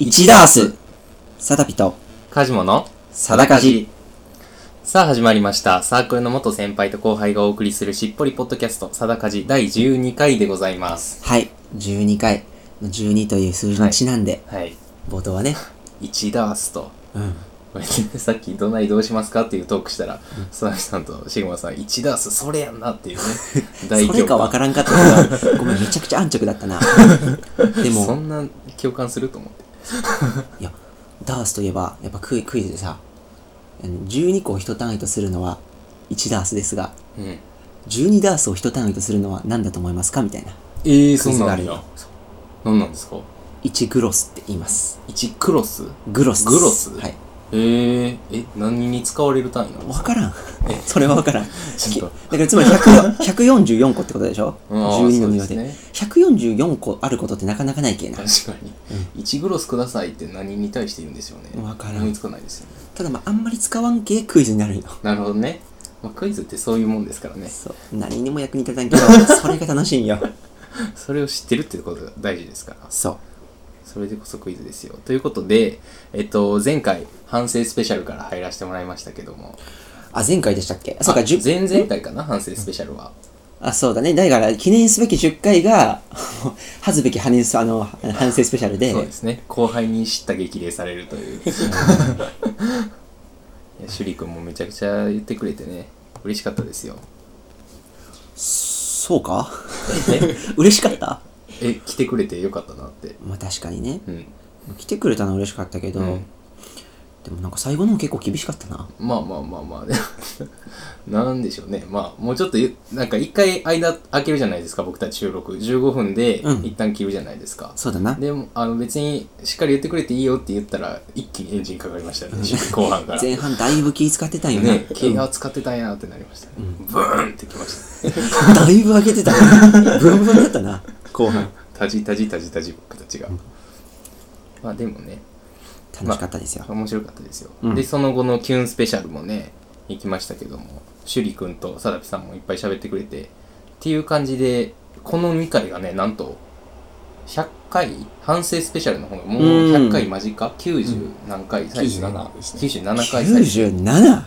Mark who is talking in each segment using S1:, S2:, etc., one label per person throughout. S1: 1ダースサダピと
S2: カジモの
S1: サダカジ
S2: さあ始まりました。サークルの元先輩と後輩がお送りするしっぽりポッドキャスト、サダカジ第12回でございます。
S1: はい12回12という数字にちなんで、
S2: はい。
S1: 冒頭はね
S2: 1ダースと。
S1: うん
S2: これねさっきどないどうしますかっていうトークしたら、佐々木さんとシグマさん、1ダース、それやんな っていうね、
S1: それかわからんかったけど ごめんめちゃくちゃ安直だったなで
S2: でも、そ
S1: も
S2: んな共感すると思って。
S1: いやダースといえばやっぱクイクイズでさあの12個を一単位とするのは1ダースですが
S2: うん。
S1: 12ダースを一単位とするのは何だと思いますかみたいな
S2: えー、
S1: ク
S2: そ
S1: イズ
S2: ん
S1: が
S2: な
S1: あ
S2: ん
S1: る
S2: や
S1: よ。
S2: 何なんですか
S1: 1グロスって言います
S2: ?1 クロス
S1: グロスです
S2: グロス
S1: はい
S2: えー、え、何に使われる単位なんです
S1: わ
S2: か
S1: からんそれはわからん
S2: ちょっと
S1: だからつまり100 144個ってことでしょ
S2: あー
S1: 12の
S2: そう
S1: 2
S2: で
S1: 乗
S2: す
S1: で
S2: ね
S1: 144個あることってなかなかないけな
S2: 確かに、1グロスくださいって何に対して言うんですよね
S1: わからん
S2: 思いつかないですよね
S1: ただまああんまり使わん系クイズになるよ
S2: なるほどね、まあ、クイズってそういうもんですからね
S1: そう何にも役に立たんけど それが楽しいんよ
S2: それを知ってるってことが大事ですから
S1: そ
S2: それでこそクイズですよということでえっと前回反省スペシャルから入らせてもらいましたけども
S1: うあ前回でしたっけあそうか
S2: あ
S1: 10
S2: 前々回かな反省スペシャルは
S1: あそうだねだから記念すべき10回が 恥ずべき羽生あの反省スペシャルで
S2: そうですね後輩に叱咤激励される といういや趣里君もめちゃくちゃ言ってくれてね嬉しかったですよ
S1: そうか嬉しかった
S2: え来てくれてよかったなって
S1: まあ確かにね
S2: うん
S1: 来てくれたのは嬉しかったけど、
S2: うん
S1: でもなんか最後のも結構厳しかったな
S2: まあまあまあまあ、ね、なんでしょうね。まあ、もうちょっとゆ、なんか一回間空けるじゃないですか、僕たち収録。15分で
S1: うん
S2: 一旦切るじゃないですか。
S1: そうだな
S2: でも、あの別に、しっかり言ってくれていいよって言ったら、一気にエンジンかかりましたね、後半から。
S1: 前半だいぶ気使ってたんよ
S2: ね
S1: ね、
S2: 気が使ってたんやってなりましたね。ブーンってきましたね。
S1: だいぶ上げてた ねブンブンだったな後半
S2: たじたじたじたじ僕たちが。まあでもね、
S1: 楽しかったですよ、
S2: 面白かったですよ、
S1: うん
S2: でその後のキュンスペシャルもね行きましたけども趣里くんとさだぴさんもいっぱい喋ってくれてっていう感じでこの2回がねなんと100回反省スペシャルの方がもう100回間近90何回再生かな
S1: 97ですね
S2: 97回再生
S1: 97!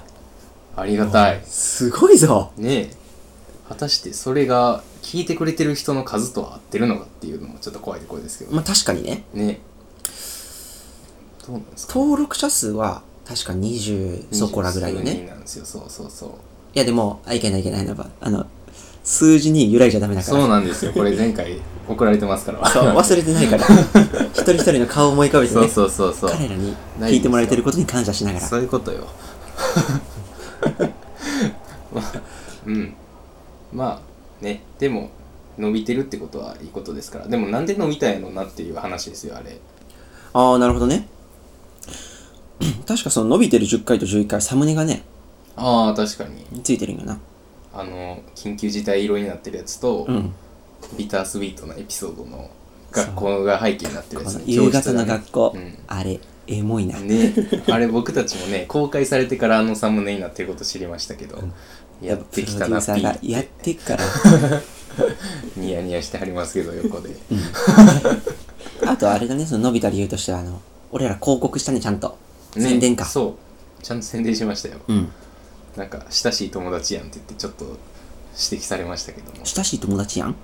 S2: ありがたい
S1: すごいぞ
S2: ねえ果たしてそれが聞いてくれてる人の数とは合ってるのかっていうのもちょっと怖いところですけど
S1: まあ確かにね
S2: ねどうなんですか
S1: 登録者数は確か20そこらぐらいよ
S2: 20数人
S1: ね
S2: なんですよそうそうそう
S1: いやでもあいけないいけないのばあの数字に揺らいじゃダメだか
S2: そう
S1: ら
S2: なんですよ。これ前回送られてますから。
S1: そう忘れてないから 一人一人の顔を思い浮かべて
S2: そう
S1: ね
S2: そうそうそう。
S1: 彼らに聞いてもらえてることに感謝しながら
S2: そういうことよ。 まあ、うん。まあ、ね。でも、伸びてるってことはいいことですから。でもなんで伸びたいのなっていう話ですよ、あれ。
S1: ああなるほどね確かその伸びてる10回と11回サムネがね
S2: ああ、確かに。
S1: ついてるんよな
S2: あの、緊急事態色になってるやつと、
S1: うん
S2: ビタースイートなエピソードの学校が背景になってるや
S1: こ
S2: つ、
S1: の夕方の学校、
S2: うん
S1: あれエモいな、
S2: ね、あれ僕たちもね公開されてからあのサムネになってること知りましたけど、やってきた
S1: プロデュー
S2: なピ
S1: サーが
S2: ー
S1: やってっから
S2: ニヤニヤしてはりますけど横で、
S1: あとあれだね、その伸びた理由としては、あの、俺ら広告したね、ちゃんと。
S2: ね
S1: 宣伝か。
S2: そうちゃんと宣伝しましたよ、
S1: う。ん。
S2: なんか親しい友達やんって言ってちょっと指摘されましたけども
S1: 親しい友達やん。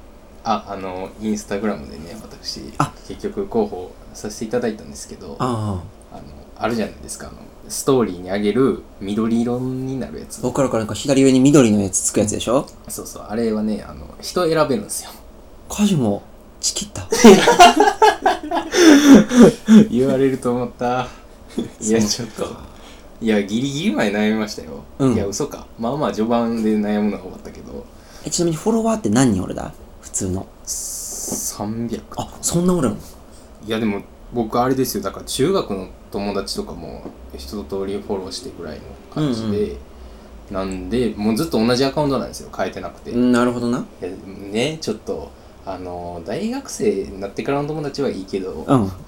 S2: ああのインスタグラムでね私
S1: あ
S2: 結局広報させていただいたんですけどあ
S1: あ
S2: のあるじゃないですかあのストーリーにあげる緑色になるやつ
S1: あ。わかるわかるなんか左上に緑のやつつくやつでしょ
S2: そうそうあれはねあの人選べるんですよ
S1: カジも、チキった。
S2: 言われると 思ったいやちょっ
S1: そう
S2: と
S1: か
S2: いやギリギリまで悩みましたよ、
S1: うん
S2: いや嘘かまあまあ序盤で悩むのが多かったけど
S1: え、ちなみにフォロワーって何人俺だ普通の。
S2: 300
S1: あ、そんな俺の
S2: いやでも僕あれですよだから中学の友達とかも一通りフォローしてぐらいの感じで、なんでもうずっと同じアカウントなんですよ変えてなくて、い
S1: なるほどな。
S2: やねちょっとあの大学生になってからの友達はいいけど、
S1: うん。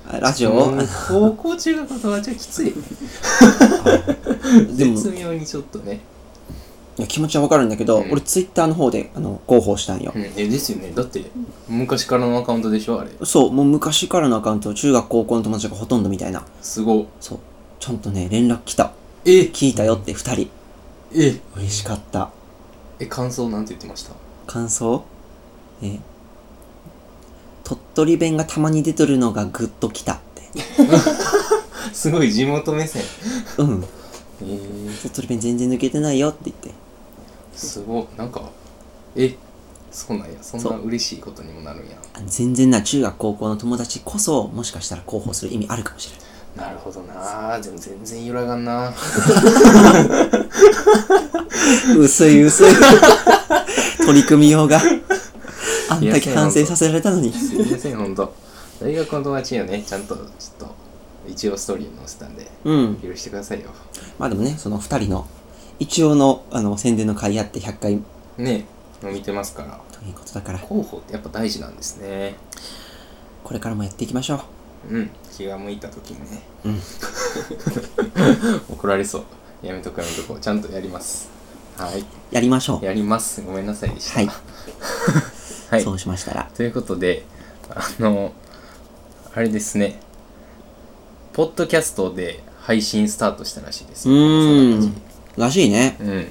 S1: あラジオ
S2: もう
S1: を
S2: 高校中学の友達はきつい
S1: でも、
S2: 絶妙にちょっとね
S1: いや気持ちはわかるんだけど、
S2: うん
S1: 俺ツイッターの方であの広報したんよ、
S2: うん、えですよねだって昔からのアカウントでしょあれ
S1: そうもう昔からのアカウント中学高校の友達がほとんどみたいな
S2: すごっ
S1: そうちゃんとね連絡来た
S2: え
S1: 聞いたよって2人
S2: え
S1: 嬉しかった
S2: え感想なんて言ってました
S1: 感想えー鳥取弁がたまに出てるのがグッときたって
S2: すごい地元目線
S1: うん
S2: えー、
S1: 鳥取弁全然抜けてないよって言って
S2: すごっなんかえそうなんやそん
S1: そ
S2: な
S1: う
S2: 嬉しいことにもなるんや
S1: あ全然ない中学高校の友達こそもしかしたら広報する意味あるかもしれない
S2: なるほどなでも全然揺らがんな
S1: 薄い薄い取り組みようがあんだけ完成させられたのに
S2: すいませんほんと大学の友達よねちゃんとちょっと一応ストーリーに載せたんで
S1: うん
S2: 許してくださいよ
S1: まあでもねその2人の一応のあの宣伝の会やって100回
S2: ねえ見てますから
S1: ということだから
S2: 広報ってやっぱ大事なんですね
S1: これからもやっていきましょう
S2: うん気が向いた時にね
S1: うん
S2: 怒られそうやめとくやめとこうちゃんとやりますはい
S1: やりましょう
S2: やりますごめんなさいでした
S1: はい、
S2: はい
S1: そうしましたら
S2: ということであのあれですねポッドキャストで配信スタートしたらしいです
S1: う
S2: よ
S1: ーん
S2: そな感
S1: らしいね
S2: じうん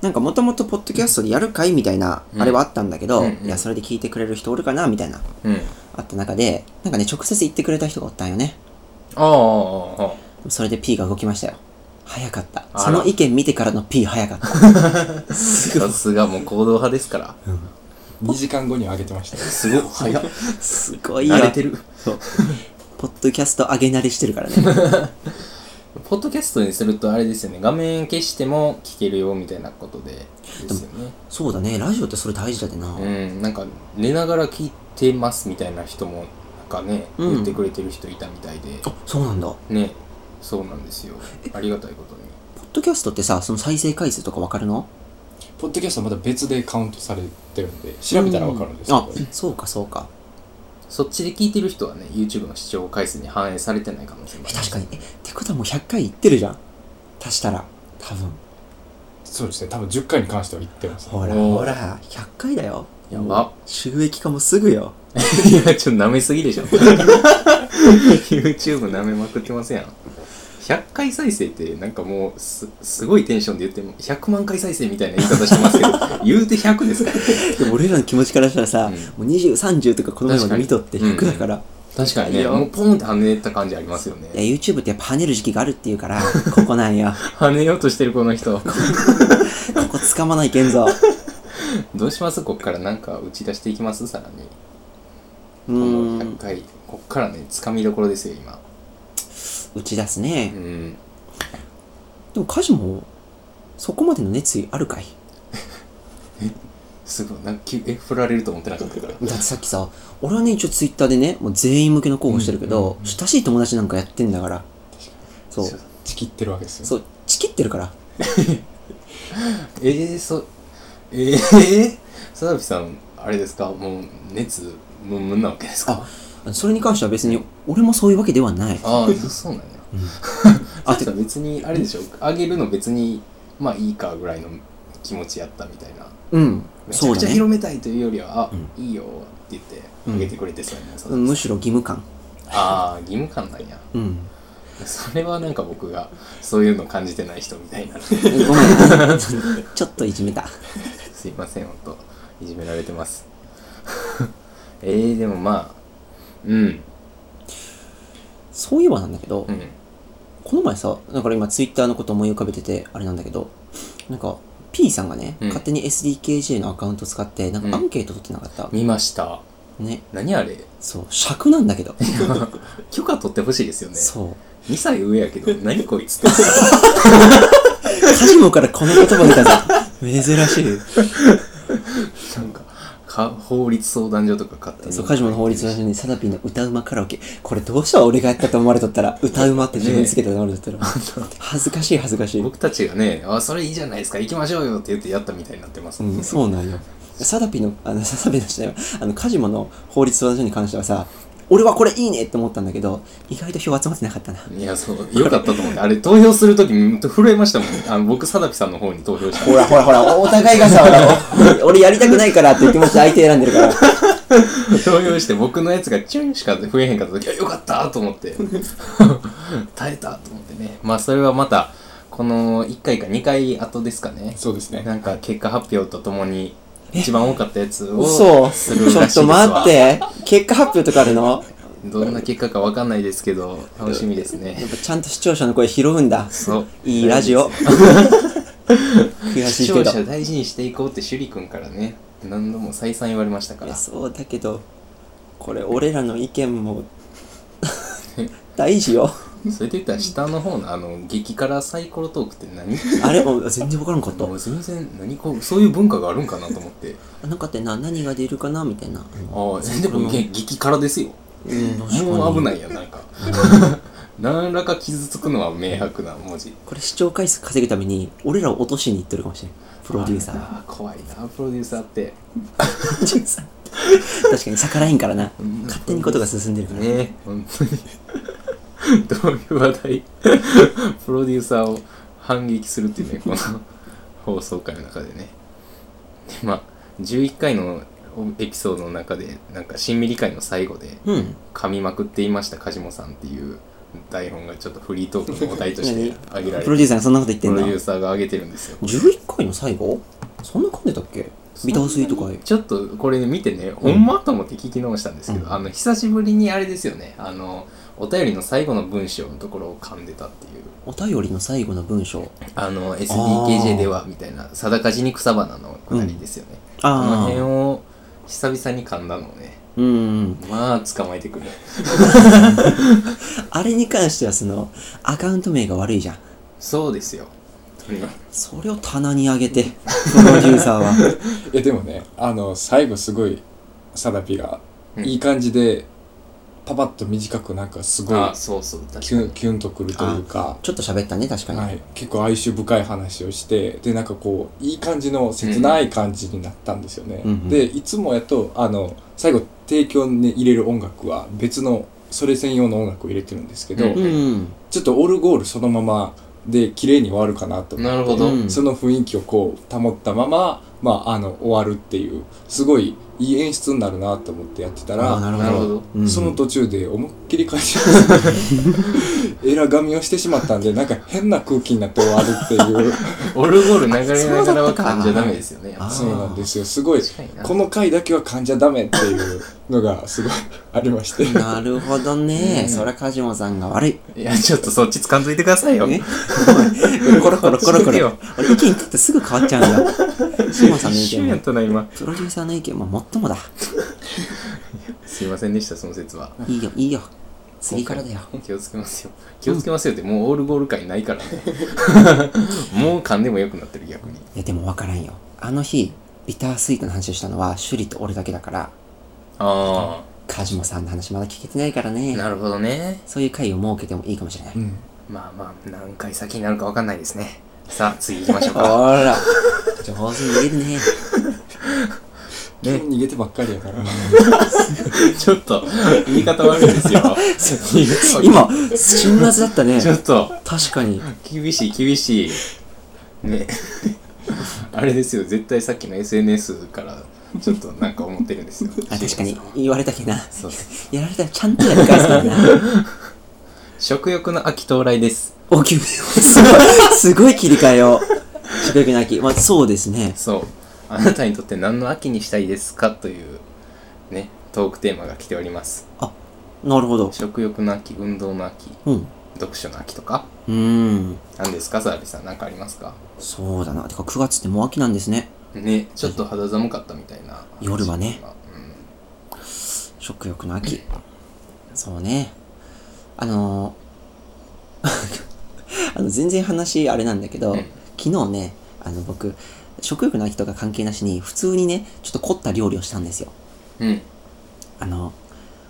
S1: なんかもともとポッドキャストでやるかいみたいな、
S2: うん
S1: あれはあったんだけど、
S2: うんうん
S1: いやそれで聞いてくれる人おるかなみたいな
S2: うん
S1: あった中でなんかね直接言ってくれた人がおったんよね
S2: あああああ
S1: それで P が動きましたよ早かった
S2: あら
S1: その意見見てからの P 早かった
S2: さすがもう行動派ですから
S3: 2時間後には上げてましたよ
S2: すごい早っ
S1: すごいよ
S2: 慣れてる
S1: ポッドキャスト上げ慣れしてるから ね
S2: ポッドキャストにするとあれですよね画面消しても聞けるよみたいなことでですよね
S1: そうだねラジオってそれ大事だってな、
S2: うんなんか寝ながら聞いてますみたいな人もなんかね
S1: うん
S2: 言ってくれてる人いたみたいで、
S1: あそうなんだポッ
S2: ねそうなんですよありがたいことに
S1: ドキャストってさその再生回数とかわかるの
S3: ポッドキャストはまた別でカウントされてるんで調べたらわかるんですけ
S1: あ
S3: ど、
S1: そうかそうか
S2: そっちで聞いてる人はね YouTube の視聴回数に反映されてないかもしれな
S1: え
S2: い
S1: 確かにえってことはもう100回いってるじゃん足したら多分
S3: そうですね多分10回に関しては言ってます
S1: ほら
S2: おー
S1: ほら100回だよ
S2: やば
S1: 収益化もすぐよ
S2: いやちょっと舐めすぎでしょ YouTube 舐めまくってますやん100回再生ってなんかもうすすごいテンションで言っても100万回再生みたいな言い方してますけ ど言うて100ですから
S1: でも俺らの気持ちからしたらさ、
S2: うん
S1: もう2030とかこの前まで見とって
S2: 確か
S1: 100
S2: に
S1: だから、
S2: 確かにね
S1: いや
S2: もうポンって跳ねた感じありますよね
S1: いや YouTube ってやっぱ跳ねる時期があるっていうからここなんよ
S2: 跳ねようとしてるこの人
S1: ここ掴まないけんぞ
S2: どうしますこっからなんか打ち出していきますさらに
S1: う
S2: こ
S1: ー
S2: の100
S1: ん
S2: 回こっからねつかみどころですよ今
S1: 打ち出す
S2: う
S1: ね、
S2: ん
S1: でも家事もそこまでの熱意あるかい
S2: すごいなんか急え振られると思ってなかったから
S1: だってさっきさ俺はね一応 Twitter でねもう全員向けの候補してるけど、
S3: うんうんうん
S1: 親しい友達なんかやってんだからそう
S2: そう
S3: チキってるわけですよ
S1: そうチキってるから
S2: ええそ、ええー、 佐々木さん、あれですかもう、熱、無無なわけですか
S1: それに関しては別に俺もそういうわけではない
S2: ああ、そうなんや。
S1: あ
S2: あ、
S1: て
S2: てか別に、あれでしょあげるの別に、まあいいかぐらいの気持ちやったみたいな。
S1: うん
S2: めちゃ
S1: そう
S2: くち
S1: だ
S2: ゃ
S1: ね
S2: 広めたいというよりは、あ、
S1: う
S2: いいよって言って、あげてくれてそうやな、佐々木さん
S1: むしろ義務感
S2: ああ、義務感なんや。
S1: うん
S2: それはなんか僕が、そういうの感じてない人みたいな。
S1: ごめん ちょっといじめた
S2: すいません、ほんと。いじめられてます。 ええでもまあ、うん、
S1: そういえばなんだけど、
S2: うん。
S1: この前さだから今ツイッターのこと思い浮かべててあれなんだけどなんか P さんがね、
S2: うん
S1: 勝手に SDKJ のアカウント使ってなん
S2: うん
S1: かアンケート取ってなかった、
S2: 見ました
S1: ね
S2: 何あれ
S1: そう尺なんだけ ど
S2: 許可取ってほしいですよね
S1: そう
S2: 2歳上や けど何こいつって
S1: カジノからこの言葉出た ぞ珍しい
S2: なんかか法律相談所とか買って
S1: そうカジノの法律の人にサダピーの歌うまカラオケこれどうしたら俺がやったと思われとったら歌うまって自分つけたと思われとったら恥ずかしい恥ずかしい、
S2: 僕たちがねあそれいいじゃないですか行きましょうよって言ってやったみたいになってます
S1: う
S2: もん
S1: ん、そうなんよサダピーのあのサダピーの人だよあのカジノの法律相談所に関してはさ俺はこれいいねって思ったんだけど、意外と票集まってなかったな。
S2: いや、そう、よかったと思って、あれ、投票するとき、震えましたもん。あの僕、貞木さんの方に投票 した。
S1: ほらほらほら、お互いがさ、 俺俺やりたくないからっていう気持ちで相手選んでるから。
S2: 投票して、僕のやつがチュンしか増えへんかったとき、いやよかったと 思って、耐えたと思ってね。まあ、それはまた、この1回か2回後ですかね。
S3: そうですね。
S2: なんか、結果発表とともに、一番多かったやつを
S1: 嘘
S2: するらし
S1: ちょ
S2: いで
S1: っ
S2: す
S1: と待
S2: わ
S1: っ。て。結果発表とかあるの
S2: どんな結果かわかんないですけど、楽しみです
S1: や
S2: ね
S1: っ。ぱちゃんと視聴者の声拾うん だ。
S2: そう。
S1: いいラ ジオ。悔し
S2: 視
S1: いけ
S2: 聴
S1: ど。
S2: 者大事にしていこうって趣里くんからね何度も再三言われましたか
S1: い
S2: ら
S1: やそうだけど、これ俺らの意見も 大事 よ。
S2: それで言ったら下の方のあの激辛サイコロトークって何
S1: あれも全然わからんかった
S2: も。う全然何こうそういう文化があるんかなと思って
S1: なんかってな、何が出るかなみたいな。
S2: ああでもげ激辛ですよ
S1: うん、
S2: もう危ないやんな んか何らか傷つくのは明白な文字
S1: これ視聴回数稼ぐために、俺らを落としに行ってるかもしれん。プロデューサーは。
S2: ああ怖いなプロデューサーって
S1: プロデューサー確かに逆らえんからな。勝手にことが進んでるから。
S2: ね本当に どういう話題プロデューサーを反撃するって いうねこの放送回の中でねでまあ11回のエピソードの中でなんか新ミリ会の最後で
S1: うん。
S2: 噛みまくっていました梶本さんっていう台本がちょっとフリートークのお題とし
S1: 何
S2: て挙げられて
S1: プロデューサーがそんなこと言って
S2: プ
S1: ん
S2: ロデ
S1: だ。
S2: ューサーが挙げてるんですよ
S1: 11回の最後そんな噛んでたっけビタースイートかい
S2: ちょっとこれね見てね、ほんまと思って聞き直したんですけど、
S1: うん
S2: あの久しぶりにあれですよねあのお便りの最後の文章のところを噛んでたっていう
S1: お便りの最後の文章
S2: あの SDKJ ではみたいな「定かじに草花」のくだりですよね、あの
S1: あ
S2: 辺
S1: あ
S2: を久々に噛んだのをね
S1: うんうん
S2: まあ捕まえてくる
S1: あれに関してはそのアカウント名が悪いじゃん
S2: そうですよ
S1: それを棚に上げてプロデューサーはい
S3: やでもね、あの、最後すごい、サダピが、
S2: うん
S3: いい感じで、パパッと短くなんかすごい、
S2: あそうそう確
S3: キ
S2: か
S3: ュン、
S2: に
S3: キュンとくるというか、
S1: ちょっと喋ったね確かに、
S3: はい、結構哀愁深い話をしてでなんかこういい感じの切ない感じになったんですよね、
S1: うんうん
S3: でいつもやとあの最後提供に入れる音楽は別のそれ専用の音楽を入れてるんですけど、
S2: うん
S1: うん
S3: ちょっとオルゴールそのままで綺麗に終わるかなと思って
S2: なるほど、
S1: うん
S3: その雰囲気をこう保ったまま、まあ、あの終わるっていうすごいいい演出になるなと思ってやってた
S1: あ
S3: ら
S1: あなるほど
S2: なるほど
S1: うん
S3: その途中で思いっきり会社がエラ髪をして しまったんでなんか変な空気になって終わるっていう
S2: オルゴール流れながらは噛んじゃダメですよねやっぱ
S1: あー
S3: そうなんですよすごい
S2: 確かにな
S3: この回だけは噛んじゃダメっていうのがすごいありまして
S1: なるほどね、そりゃ梶本さんが悪い
S2: いやちょっとそっち掴んどいてくださいよ
S1: ねコロコロコロ
S2: そ
S1: コ
S2: うだ
S1: ロ
S2: よ
S1: 俺意見言ってすぐ変わっちゃ うんだ志さんの
S2: 一
S1: 意
S2: 瞬
S1: 見
S2: やっ
S1: も
S2: たな今
S1: プロデューサーの意見ももっともだ
S2: すいませんでしたその説はい
S1: いよいいよ次からだよ
S2: 気をつけますよ気をつけますよってもうオールゴール回ないからね もう噛んでもよくなってる逆に
S1: いやでも分からんよあの日ビタースイートの話をしたのは趣里と俺だけだから
S2: あ
S1: 梶本さんの話まだ聞けてないから
S2: あ
S1: ね
S2: なるほどね
S1: そういう回を設けてもいいかもしれない、
S3: うん
S2: まあまあ何回先になるかわかんないですねさあ次行きましょう
S1: ほ
S2: から
S1: 上手に言えるね
S3: 基本逃げてばっかりやか ら
S2: ちょっと言い方悪いですよ
S1: 今辛辣だったね
S2: ちょっと
S1: 確かに
S2: 厳しい厳しいね あれですよ絶対さっきの SNS からちょっとなんか思ってるんですよ
S1: あ確かに言われたけどな
S2: そう
S1: やられたらちゃんとやり返すから な
S2: 食欲の秋到来です
S1: おきすごいすごい切り替えを食欲の秋まあそうですね
S2: そうあなたにとって何の秋にしたいですかというねトークテーマが来ております
S1: なるほど
S2: 食欲の秋運動の秋
S1: うんう
S2: 読書の秋とか
S1: ーん
S2: 何ですか澤部さん何かありますか
S1: そうだなてか9月ってもう秋なんですね
S2: ねちょっと肌寒かったみたいな
S1: 夜はね
S2: うん
S1: 食欲の秋そうねあのー あの全然話あれなんだけど、
S2: うん
S1: 昨日ねあの僕食欲の秋とか関係なしに普通にねちょっと凝った料理をしたんですよ
S2: うん
S1: あの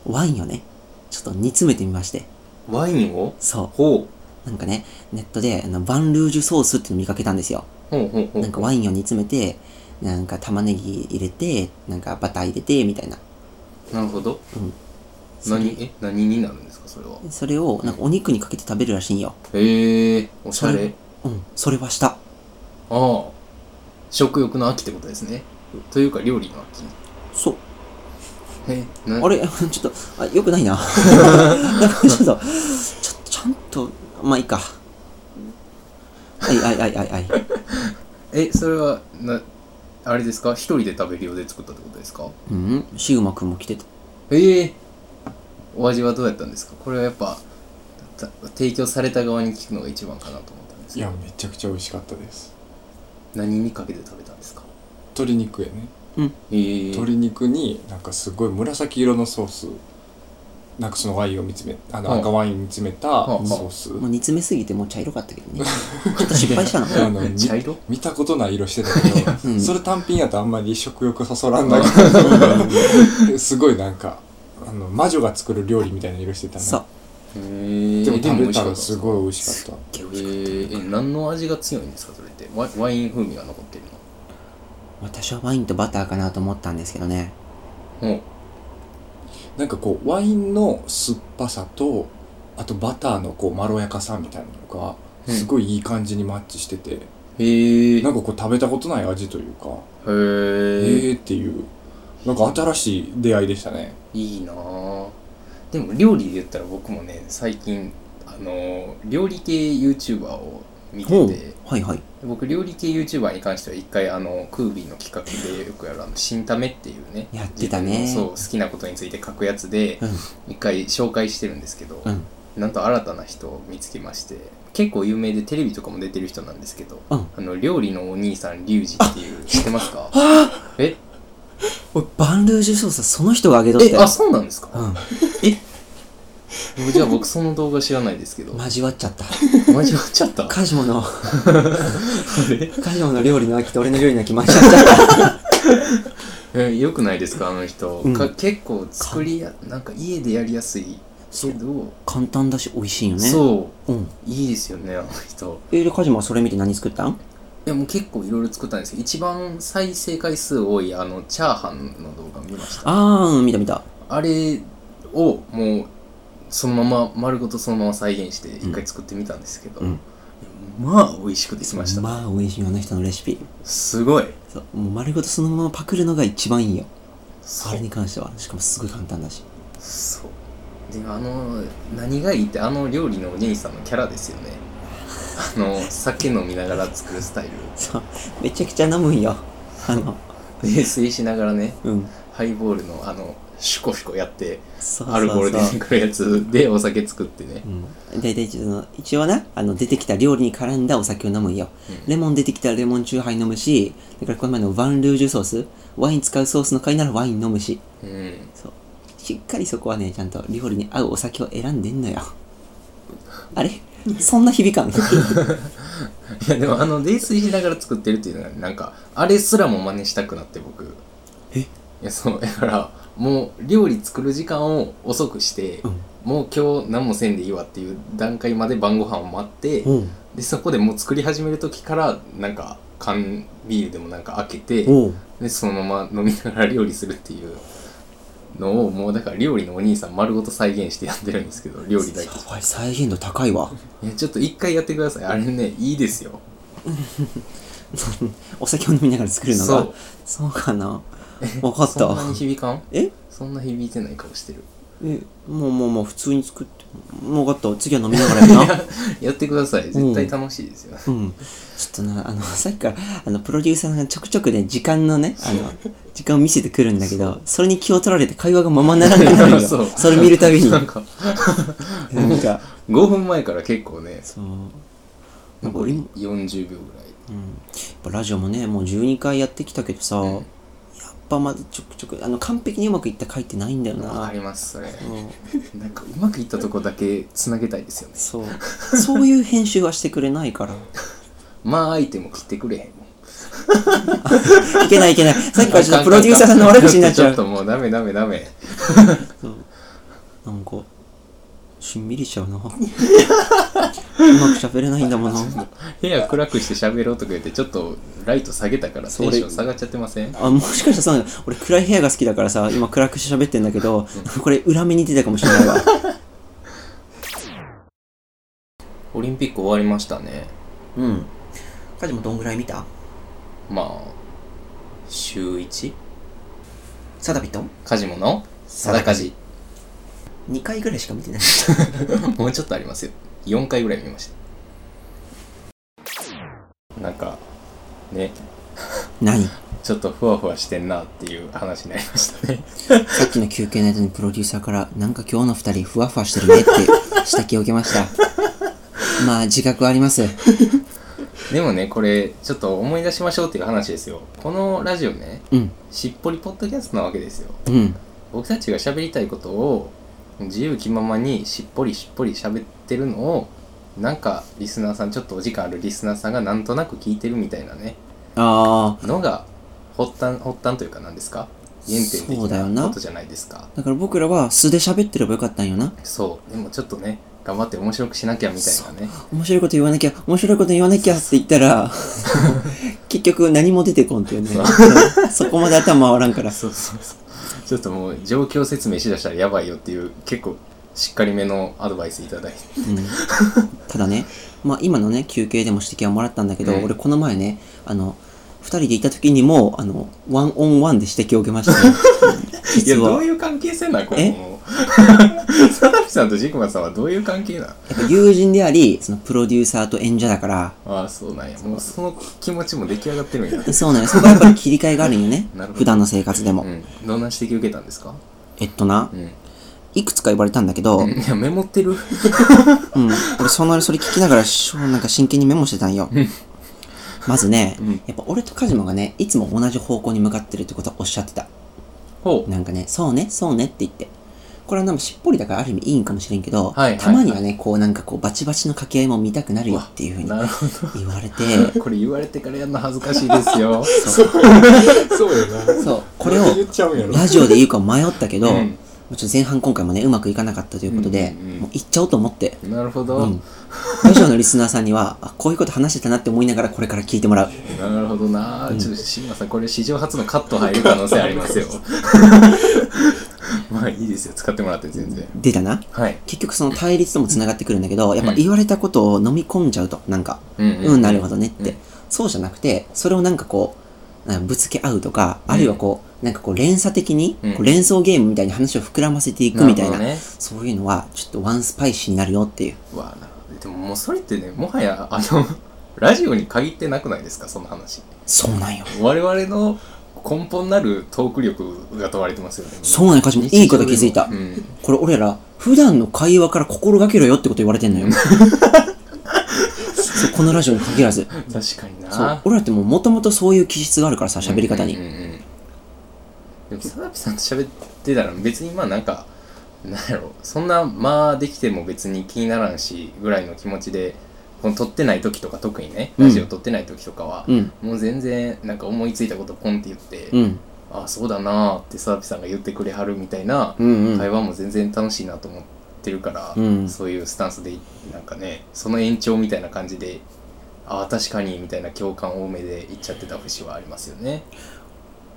S1: ワインをねちょっと煮詰めてみまして
S2: ワインを
S1: そ
S2: ほ
S1: うなんかねネットであのバンルージュソースっていうの見かけたんですよ
S2: うほうほうほう
S1: なんかワインを煮詰めてなんか玉ねぎ入れてなんかバター入れてみたいな
S2: なるほど何、え、何になるんですか、それは。
S1: それをなんかお肉にかけて食べるらしいんよ
S2: へえ、おし
S1: そ
S2: ゃれ
S1: れ。うんそれはした
S2: ああ。食欲の秋ってことですね。というか、料理の秋。
S1: そう
S2: え、な
S1: あれ ちょっとあよくない ななんかちょっとちょっとちゃんとまあいいかはいはいはいはいはい
S2: え、それは、な、あれですか一人で食べるようで作ったってことですか
S1: うんシグマくんも来てた
S2: ええお味はどうやったんですかこれはやっぱ、た提供された側に聞くのが一番かなと思ったんです
S3: い
S2: け
S3: や
S2: ど。
S3: めちゃくちゃ美味しかったです
S2: 何にかけて食べたんですか
S3: 鶏肉やね
S2: ええ
S3: 鶏肉になんかすごい紫色のソースなんかそのワインを見つめあの
S2: はい
S3: 赤ワイン見つめた
S2: はいはい
S3: ソース、
S1: もう煮詰めすぎてもう茶色かったけどねちょっと失敗 したの
S3: あのみ
S2: 茶色
S3: 見たことない色してたけど、
S1: うん
S3: それ単品やとあんまり食欲そそらんだけどすごいなんかあの魔女が作る料理みたいな色してた ね
S1: そう
S2: へ
S3: でも食べたらす
S2: す
S3: ごい美味しかっ
S2: えー、え何の味が強いんですかそれってワイワイン風味が残ってる
S1: 私はワインとバターかなと思ったんですけどね
S2: の
S3: たなんかこうワインの酸っぱさとあとバターのこうまろやかさみたいなの
S2: うん
S3: がすごいいい感じにマッチしてて、
S2: へえ
S3: な
S2: へ
S3: んかこう食べたことない味というか
S2: え
S3: えーっていうなんか新しい出会いでしたね
S2: いいなあでも料理で言ったら僕もね最近あのー料理系 YouTuber を見てて
S1: はいはい
S2: 僕料理系 YouTuber に関しては一回あのクービーの企画でよくやるあの「新ため」っていうね
S1: やってたね
S2: 自分のそう好きなことについて書くやつで一回紹介してるんですけど、
S1: うんうん
S2: なんと新たな人を見つけまして結構有名でテレビとかも出てる人なんですけど、
S1: うん
S2: あの料理のお兄さんリュウジっていう知ってま すかえ
S1: 俺バンルージュソースはその人があげとった
S2: え
S1: よ
S2: あそうなんですか
S1: う
S2: じゃあ僕その動画知らないで すけど
S1: ん交わっちゃった
S2: 間違っち ゃった
S1: カジモの
S2: れ
S1: カジモの料理の秋と俺の料理の秋交わっちゃった
S2: えよくないですかあの人、
S1: うん
S2: か結構作りやなんか家でやりやすいけ
S1: そう
S2: ど
S1: 簡単だし美味しいよねう
S2: そ
S1: ん
S2: ういいですよねあの人
S1: えでカジモはそれ見て何作ったん
S2: いやもう結構いろいろ作ったんですけど一番再生回数多いあのチャーハンの動画見ました
S1: あーうん見た見た
S2: あれをもうそのまま丸ごとそのまま再現して
S1: ん
S2: 一回作ってみたんですけど、
S1: うん
S2: まあ美味しくできました、
S1: まあ美味しいよあの人のレシピ
S2: すごい
S1: そうもう丸ごとそのままパクるのが一番いいよあ
S2: そ
S1: れ
S2: う
S1: に関してはしかもすごい簡単だし
S2: そうであの何がいいってあの料理のお兄さんのキャラで すよねあの酒飲みながら作るスタイル
S1: そうめちゃくちゃ飲むんよあの
S2: 泥酔しながらね
S1: うん
S2: ハイボールのあのシュコシュコやって
S1: そうそうそう
S2: アルコール出てくるやつでお酒作ってね
S1: うん大体その一応なあの出てきた料理に絡んだお酒を飲むんよ、
S2: うん
S1: レモン出てきたらレモンチューハイ飲むしだからこの前のワンルージュソースワイン使うソースの回ならワイン飲むし
S2: うん
S1: そうしっかりそこはねちゃんと料理に合うお酒を選んでんのよあれそんな響かん
S2: いやでもあの泥酔しながら作ってるっていうのがなんかあれすらも真似したくなって僕
S1: え
S2: いやそうだからもう料理作る時間を遅くして、
S1: うん
S2: もう今日何もせんでいいわっていう段階まで晩ご飯を待って、
S1: うん
S2: でそこでもう作り始める時からなんか缶ビールでもなんか開けて
S1: おう
S2: でそのまま飲みながら料理するっていうのをもうだから料理のお兄さん丸ごと再現してやってるんです けど料理だけ
S1: やばい再現度高いわ
S2: いやちょっと一回やってくださいあれねいいですよ
S1: お酒を飲みながら作るのが
S2: そう
S1: そうかな分かっ
S2: そんな
S1: た
S2: に響かん
S1: え
S2: そんな響いてない顔してる。
S1: えもうもうもう普通に作ってもう分かった次は飲みながらやな
S2: やってください。絶対楽しいですよ。
S1: うん、ちょっとなあの さっきからあのプロデューサーがちょくちょくね時間のねあの時間を見せてくるんだけどそれに気を取られて会話がままならなくなるよ
S2: そう
S1: それ見るたびにな
S2: なんん
S1: か
S2: か、5分前から結構ね、
S1: そうなんか
S2: 残
S1: 俺
S2: り
S1: も、
S2: 40秒ぐ
S1: う
S2: らい。
S1: ん、やっぱラジオもねもう12回やってきたけどさ、
S2: ん
S1: やっぱまだちょくちょくあの完璧にうまくいった回ってないんだよ
S2: わか
S1: な
S2: ります、それ。
S1: うん
S2: なんか、うまくいったとこだけ繋げたいですよね。
S1: そうそういう編集はしてくれないから
S2: まあ、アイテム切ってくれへんもん。
S1: いけないいけ ないさっきからちょっ
S2: あかんかんか
S1: と
S2: ん
S1: プロデューサーさんの悪口になっちゃう
S2: ちょっともうダメダメダメ。
S1: そうなんかしんみりしちゃうなうまく喋れないんだもの。
S2: 部屋暗くして喋ろうとか言ってちょっとライト下げたから
S1: それ
S2: テンション下がっちゃってません
S1: あもしかしたらそうなんだ俺暗い部屋が好きだからさ今暗くして喋ってんだけどこれ裏目に出てたかもしれないわ
S2: オリンピック終わりましたね
S1: うんカジもどんぐらい見た
S2: まあ週 1?
S1: サダビト
S2: カジモのサダカジ
S1: 2回ぐらいしか見てない
S2: もうちょっとありますよ4回ぐらい見ましたなんかね
S1: 何
S2: ちょっとふわふわしてんなっていう話になりましたね
S1: さっきの休憩の間にプロデューサーからなんか今日の2人ふわふわしてるねって指摘を受けましたまあ自覚はあります
S2: でもねこれちょっと思い出しましょうっていう話ですよこのラジオね
S1: うん
S2: しっぽりポッドキャストなわけですよ
S1: うん
S2: 僕たちが喋りたいことを自由気ままにしっぽりしっぽり喋ってるのをなんかリスナーさんちょっとお時間あるリスナーさんがなんとなく聞いてるみたいなね
S1: ああ
S2: のが発端発端というか何ですか原点
S1: そうだよ
S2: 的
S1: な
S2: なことじゃないですか
S1: だから僕らは素で喋ってればよかったんよな
S2: そうでもちょっとね頑張って面白くしなきゃみたいなね
S1: 面白いこと言わなきゃ面白いこと言わなきゃって言った ら結局何も出てこんっていうねうんそこまで頭回らんから
S2: そうそうそうちょっともう状況説明しだしたらやばいよっていう結構しっかりめのアドバイスいただいて
S1: うんただね、まあ、今のね休憩でも指摘はもらったんだけど、
S2: うん
S1: 俺この前ねあの2人でいた時にもあのワンオンワンで指摘を受けました、ね、
S2: いや
S1: 実
S2: どう
S1: はや
S2: いう関係性なんこれ
S1: え
S2: もう サダピさんとジクマさんはどういう関係なん
S1: っぱ友人でありそのプロデューサーと演者だから
S2: ああそうなんやもうその気持ちも出来上がってるんや
S1: そうなんよそこはやっぱり切り替えがあるんよね
S2: なるほど
S1: 普段の生活でも、
S2: うんどんな指摘受けたんですか
S1: えっとな
S2: うん
S1: いくつか言われたんだけど、
S2: いやメモってる
S1: うん、俺そのそれ聞きながらしょなんか真剣にメモしてたんよまずね、
S2: うん
S1: やっぱ俺とカジマがねいつも同じ方向に向かってるってことはおっしゃってた
S2: ほう
S1: なんかね、そうね、そうねって言って。これはなんかしっぽりだからある意味いいんかもしれんけど、
S2: はいはい
S1: たまにはね、こうなんかこうバチバチの掛け合いも見たくなるよっていうふうに
S2: なるほ
S1: 言われて、
S2: ど これ言われてからやるの恥ずかしいですよ
S3: そうよな。
S1: そう、これを
S3: 言っちゃうんやろ。
S1: ラジオで言うか迷ったけど、
S2: うん
S1: もうちょっと前半今回もね、うまくいかなかったということで、
S2: うんうんうん
S1: もう言っちゃおうと思って、
S2: なるほど、
S1: うん。ラジオのリスナーさんには、あ、こういうこと話してたなって思いながらこれから聞いてもらう。
S2: なるほどな、ちょっと志麻さんこれ史上初のカット入る可能性あ りますよまあいいですよ使ってもらって全然
S1: 出たな。
S2: はい
S1: 結局その対立とも繋がってくるんだけど、やっぱ
S2: うん
S1: 言われたことを飲み込んじゃうと、なんか。
S2: うん
S1: うん、なるほどねって、
S2: うん
S1: そうじゃなくてそれをなんかこうなんかぶつけ合うとか、あるいはこうなんかこう連鎖的に、
S2: うん
S1: こう連想ゲームみたいに話を膨らませていく
S2: る
S1: み
S2: ほ
S1: たい
S2: ど
S1: な
S2: ね
S1: そういうのはちょっとワンスパイシーになるよっていう
S2: わあなるほどでももうそれってねもはやあの ラジオに限ってなくないですかその話
S1: そうなんよ
S2: 我々の根本なるトーク力が問われてますよね
S1: そうなんよカジもいいこと気づいた、
S2: うん、
S1: これ俺ら普段の会話から心がけろよってこと言われてんの よそうこのラジオに限らず
S2: 確かにな
S1: そう俺らってもともとそういう気質があるからさ喋り方に、
S2: うんうんうんでも佐々木さんと喋ってたら別にまあなんかなんやろそんなまあできても別に気にならんしぐらいの気持ちでこの撮ってない時とか特にね
S1: うん
S2: ラジオ撮ってない時とかは、
S1: うん
S2: もう全然なんか思いついたことポンって言って、
S1: うん
S2: ああそうだなーって佐々木さんが言ってくれはるみたいな
S1: うんうん
S2: 会話も全然楽しいなと思ってるから、
S1: うん
S2: そういうスタンスでなんかねその延長みたいな感じでああ確かにみたいな共感多めで言っちゃってた節はありますよね。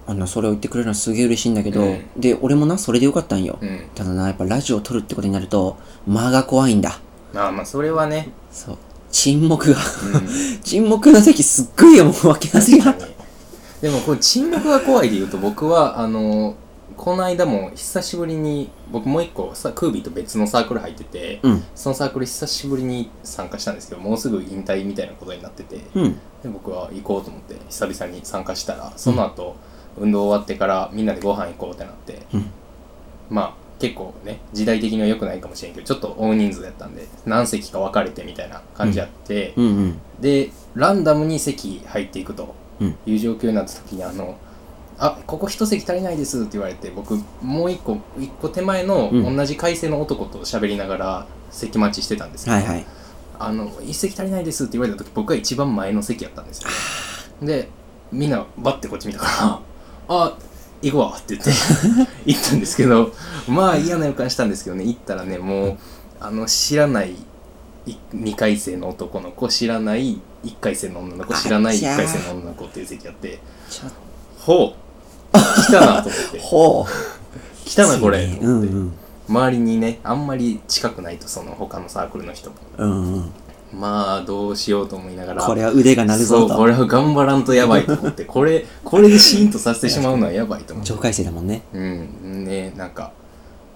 S1: あのそれを言ってくれるのはすげえ嬉しいんだけど、
S2: うん
S1: で俺もなそれでよかったんよ、
S2: うん、
S1: ただなやっぱラジオを撮るってことになると間が怖いんだ
S2: まあまあそれはね、
S1: そう沈黙が
S2: うん、
S1: 沈黙の席すっごいよもう分けなせが
S2: でもこの沈黙が怖いで言うと僕はあのこの間も久しぶりに僕もう一個さクービーと別のサークル入ってて
S1: うん
S2: そのサークル久しぶりに参加したんですけどもうすぐ引退みたいなことになってて
S1: うん
S2: で僕は行こうと思って久々に参加したらその後、運動終わってからみんなでご飯行こうってなって
S1: うん
S2: まあ結構ね時代的には良くないかもしれんけどちょっと大人数やったんで何席か分かれてみたいな感じやって、
S1: うんうん
S2: でランダムに席入っていくと
S1: うん
S2: いう状況になった時にあの「あここ一席足りないです」って言われて僕もう一個一個手前の
S1: うん
S2: 同じ回生の男と喋りながら席待ちしてたんですけど、
S1: はいはい
S2: あの「一席足りないです」って言われた時僕が一番前の席やったんですよでみんなバッてこっち見たから「あ行くわ」って言って 行ったんですけどまあ嫌な予感したんですけどね行ったらねもうあの知らないい2回生の男の子知らない1回生の女の子知らない
S1: あちゃ
S2: 1
S1: ー
S2: 回生の女の子っていう席あって
S1: ちょっ
S2: ほう来たなと思っ て
S1: とほ
S2: 来たなこれ
S1: う
S2: と
S1: うん
S2: 思
S1: う
S2: って、
S1: ん
S2: 周りにねあんまり近くないとその他のサークルの人も
S1: うんうん
S2: まあどうしようと思いながら
S1: これは腕が鳴るぞ
S2: そうことれは頑張らんとやばいと思ってこれこれでシーンとさせてしまうのはやばいと思って
S1: 上階生だもんね
S2: うんねなんか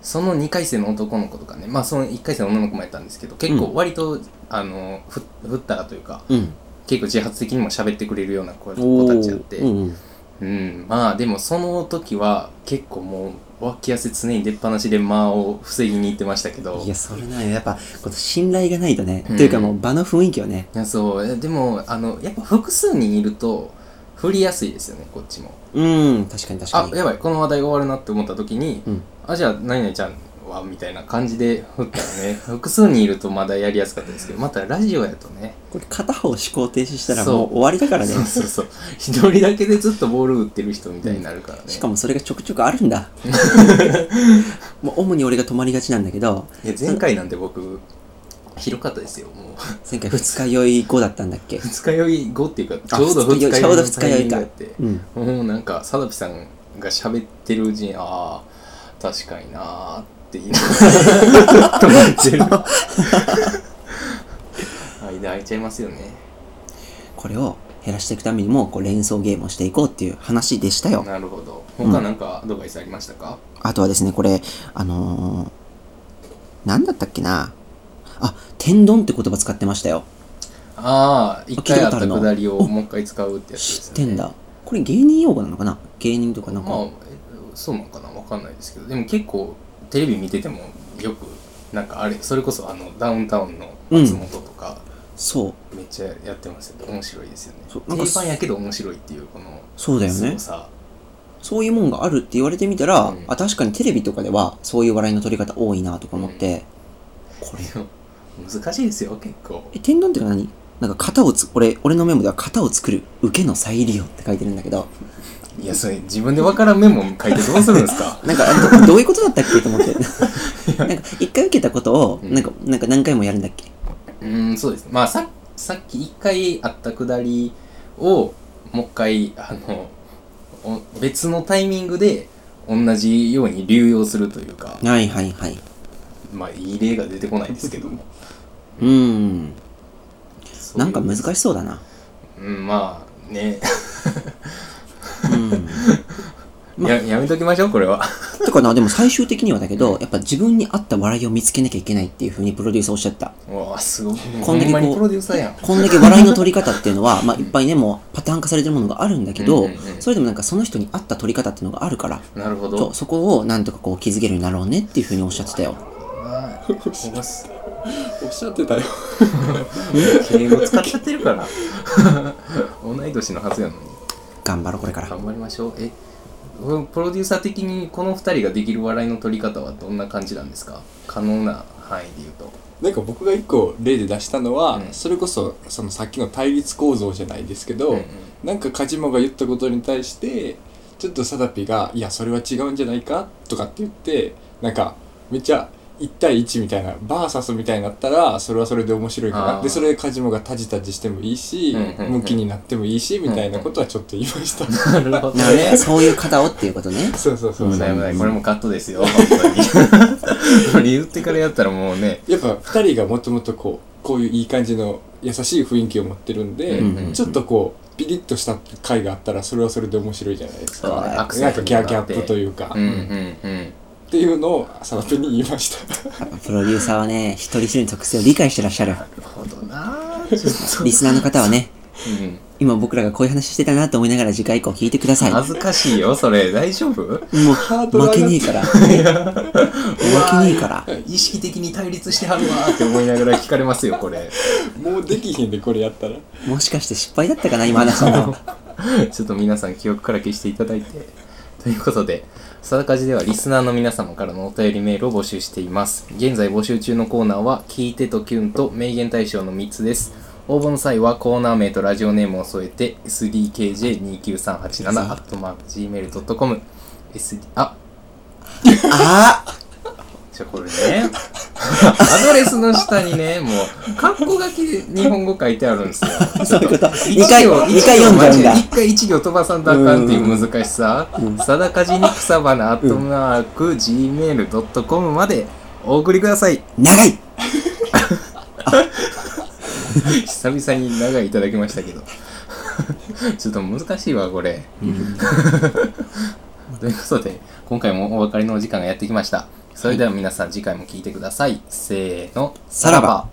S2: その2回生の男の子とかねまあその1回生の女の子もやったんですけど結
S1: う
S2: 構
S1: ん
S2: 割と、あのふふったらというか
S1: うん
S2: 結構自発的にも喋ってくれるような子子たちやって
S1: うんうん
S2: うん、まあでもその時は結構もう脇汗常に出っ放しで間を防ぎに行ってましたけど
S1: いやそれなやっぱこの信頼がないとね、
S2: うん
S1: というかもう場の雰囲気をね
S2: いやそうえでもあのやっぱ複数人いると振りやすいですよねこっちも
S1: うん確かに確か
S2: あ
S1: に
S2: やばいこの話題が終わるなって思った時に、
S1: うん
S2: あじゃあ何々ちゃんはみたいな感じで 振ったらね複数人いるとまだやりやすかったですけどまたラジオやとね
S1: これ片方思考停止したら
S2: そう
S1: もう終わりだからね
S2: そうそうそう一人だけでずっとボール打ってる人みたいになるからね、
S1: しかもそれがちょくちょくあるんだもう主に俺が止まりがちなんだけど
S2: いや前回なんて僕ひどかったですよもう
S1: 前回二日酔い後だったんだっけ
S2: 二日酔い後っていうか
S1: あ
S2: ちょうど二日酔い
S1: ちょうど
S2: の
S1: 二
S2: タ
S1: 日
S2: イ
S1: 酔
S2: ミン
S1: い
S2: グ
S1: か
S2: やって
S1: うん
S2: もうなんかサダピさんが喋ってるうちにああ確かになーって言いながらずっと待ってる 間空いちゃいますよね
S1: これを減らしていくためにもこう連想ゲームをしていこうっていう話でしたよ
S2: なるほど
S1: うん
S2: 他なんかアドバイスありましたか、
S1: あとはですねこれあのー、なんだったっけなあ天丼って言葉使ってましたよ
S2: ああ一回あった
S1: 聞いたことあるの
S2: くだりをもう一回使うってやつで
S1: 知
S2: す
S1: っ
S2: よ
S1: て
S2: ね
S1: んだこれ芸人用語なのかな芸人とかなんか、
S2: まあえそうなのかなわかんないですけどでも結構テレビ見ててもよくなんかあれそれこそあのダウンタウンの松本とか、
S1: そう
S2: めっちゃやってますよね面白いですよね
S1: そうなんか
S2: 定番やけど面白いっていうこの
S1: そうだよ
S2: す
S1: ね
S2: ごさ
S1: そういうもんがあるって言われてみたら、
S2: うん
S1: あ確かにテレビとかではそういう笑いの取り方多いなとか思って、これ
S2: でも難しいですよ結構
S1: え天丼って何なんか型をつ俺俺のメモでは型を作る受けの再利用って書いてるんだけど
S2: いやそれ自分で分からんメモ書いてどうするんですか
S1: なんかあどどういうことだったっけと思って なんか一回受けたことを
S2: うん
S1: なんかなんか何回もやるんだっけ
S2: うーんそうですまあささっき一回あったくだりをもう一回あのお別のタイミングで同じように流用するというか
S1: はいはいはい
S2: まあいい例が出てこないですけども
S1: うーん
S2: そうい
S1: な
S2: うん
S1: か難しそうだな
S2: うんまあね
S1: うんまあ
S2: ややめときましょうこれは
S1: とかなでも最終的にはだけどやっぱ自分に合った笑いを見つけなきゃいけないっていうふうにプロデューサーおっしゃった
S2: うわすごいもう
S1: こんだけこう
S2: ほんまにプロデューサーやん
S1: こんだけ笑いの取り方っていうの は、まあ、いっぱいね、もうパターン化されてるものがあるんだけど、
S2: うんうんうん
S1: それでもなんかその人に合った取り方っていうのがあるから、
S2: なるほ
S1: そう
S2: ど。
S1: そこをなんとかこう気づけるようになろうねっていうふうにおっしゃってたよ。
S2: あーほんまっす
S3: おっしゃってたよ
S2: 敬語使っちゃってるから。 同い年のはずやのに。
S1: 頑張ろう、これから。
S2: 頑張りましょう。え、プロデューサー的にこの二人ができる笑いの取り方はどんな感じなんですか可能な範囲で言うと。
S3: なんか僕が一個例で出したのは、
S2: うん
S3: それこそそのさっきの対立構造じゃないですけど、
S2: うんうん
S3: なんかカジモが言ったことに対してちょっとサダピが「いやそれは違うんじゃないか?」とかって言ってなんかめっちゃ1対1みたいなバーサスみたいになったらそれはそれで面白いか
S2: あ
S3: な
S2: ー
S3: でそれでカジモがタジタジしてもいいし
S2: うんうんうん
S3: ムキになってもいいしみたいなことはちょっと言いま した、
S2: なるほど
S1: なので、そういう方をっていうことね。
S3: そうそうそう
S2: 危
S3: そう
S2: ない危ない。これもカットですよ。本当に。これ言ってからやったらもうね。
S3: やっぱ2人がもともとこうこういういい感じの優しい雰囲気を持ってるんで、
S2: うんうん
S3: ちょっとこうピリッとした回があったらそれはそれで面白いじゃないですか
S2: そうね
S3: なんかギャーギャーギャップというか、
S2: うん
S3: っ
S2: うんうん。
S3: ていうのをサバペに言いました
S1: やっぱプロデューサーはね、一人一人の特性を理解してらっしゃる。
S2: なるほど なー。ちょっ
S1: リスナーの方はね、
S2: と。うん
S1: 今僕らがこういう話してたなと思いながら次回以降聞いてください。も
S2: 恥ずかしいよ、それ。大丈夫
S1: う、
S3: ハードル
S1: 負けねえから。負 けねえから。
S2: 意識的に対立してはるわーって思いながら聞かれますよこれ
S3: もうできひんでこれやったら
S1: もしかして失敗だったかな、今話 したの。
S2: ちょっと皆さん記憶から消していただいてということで「さだかじ」ではリスナーの皆様からのお便りメールを募集しています現在募集中のコーナーは「聞いてとキュン」と「名言大賞」の3つです応募の際はコーナー名とラジオネームを添えて SDKJ29387-gmail.com S D あ
S1: あ
S2: じゃあこれねアドレスの下にね、もう、カッコ書きで日本語書いてあるんですよ。
S1: そういうこと
S2: 一
S1: 二回
S2: 行
S1: 二回
S2: 一行
S1: 読んじゃうんだ
S2: マジで一回一行飛ばさんとあかんっていう難しさ。さだかじに草花、アットマーク、gmail.com まで お送りください。
S1: 長い
S2: 久々に長いいただきましたけど。 ちょっと難しいわ、これ。 ということで、今回もお別れのお時間がやってきました。それでは皆さん次回も聞いてください。せーの、
S1: さらば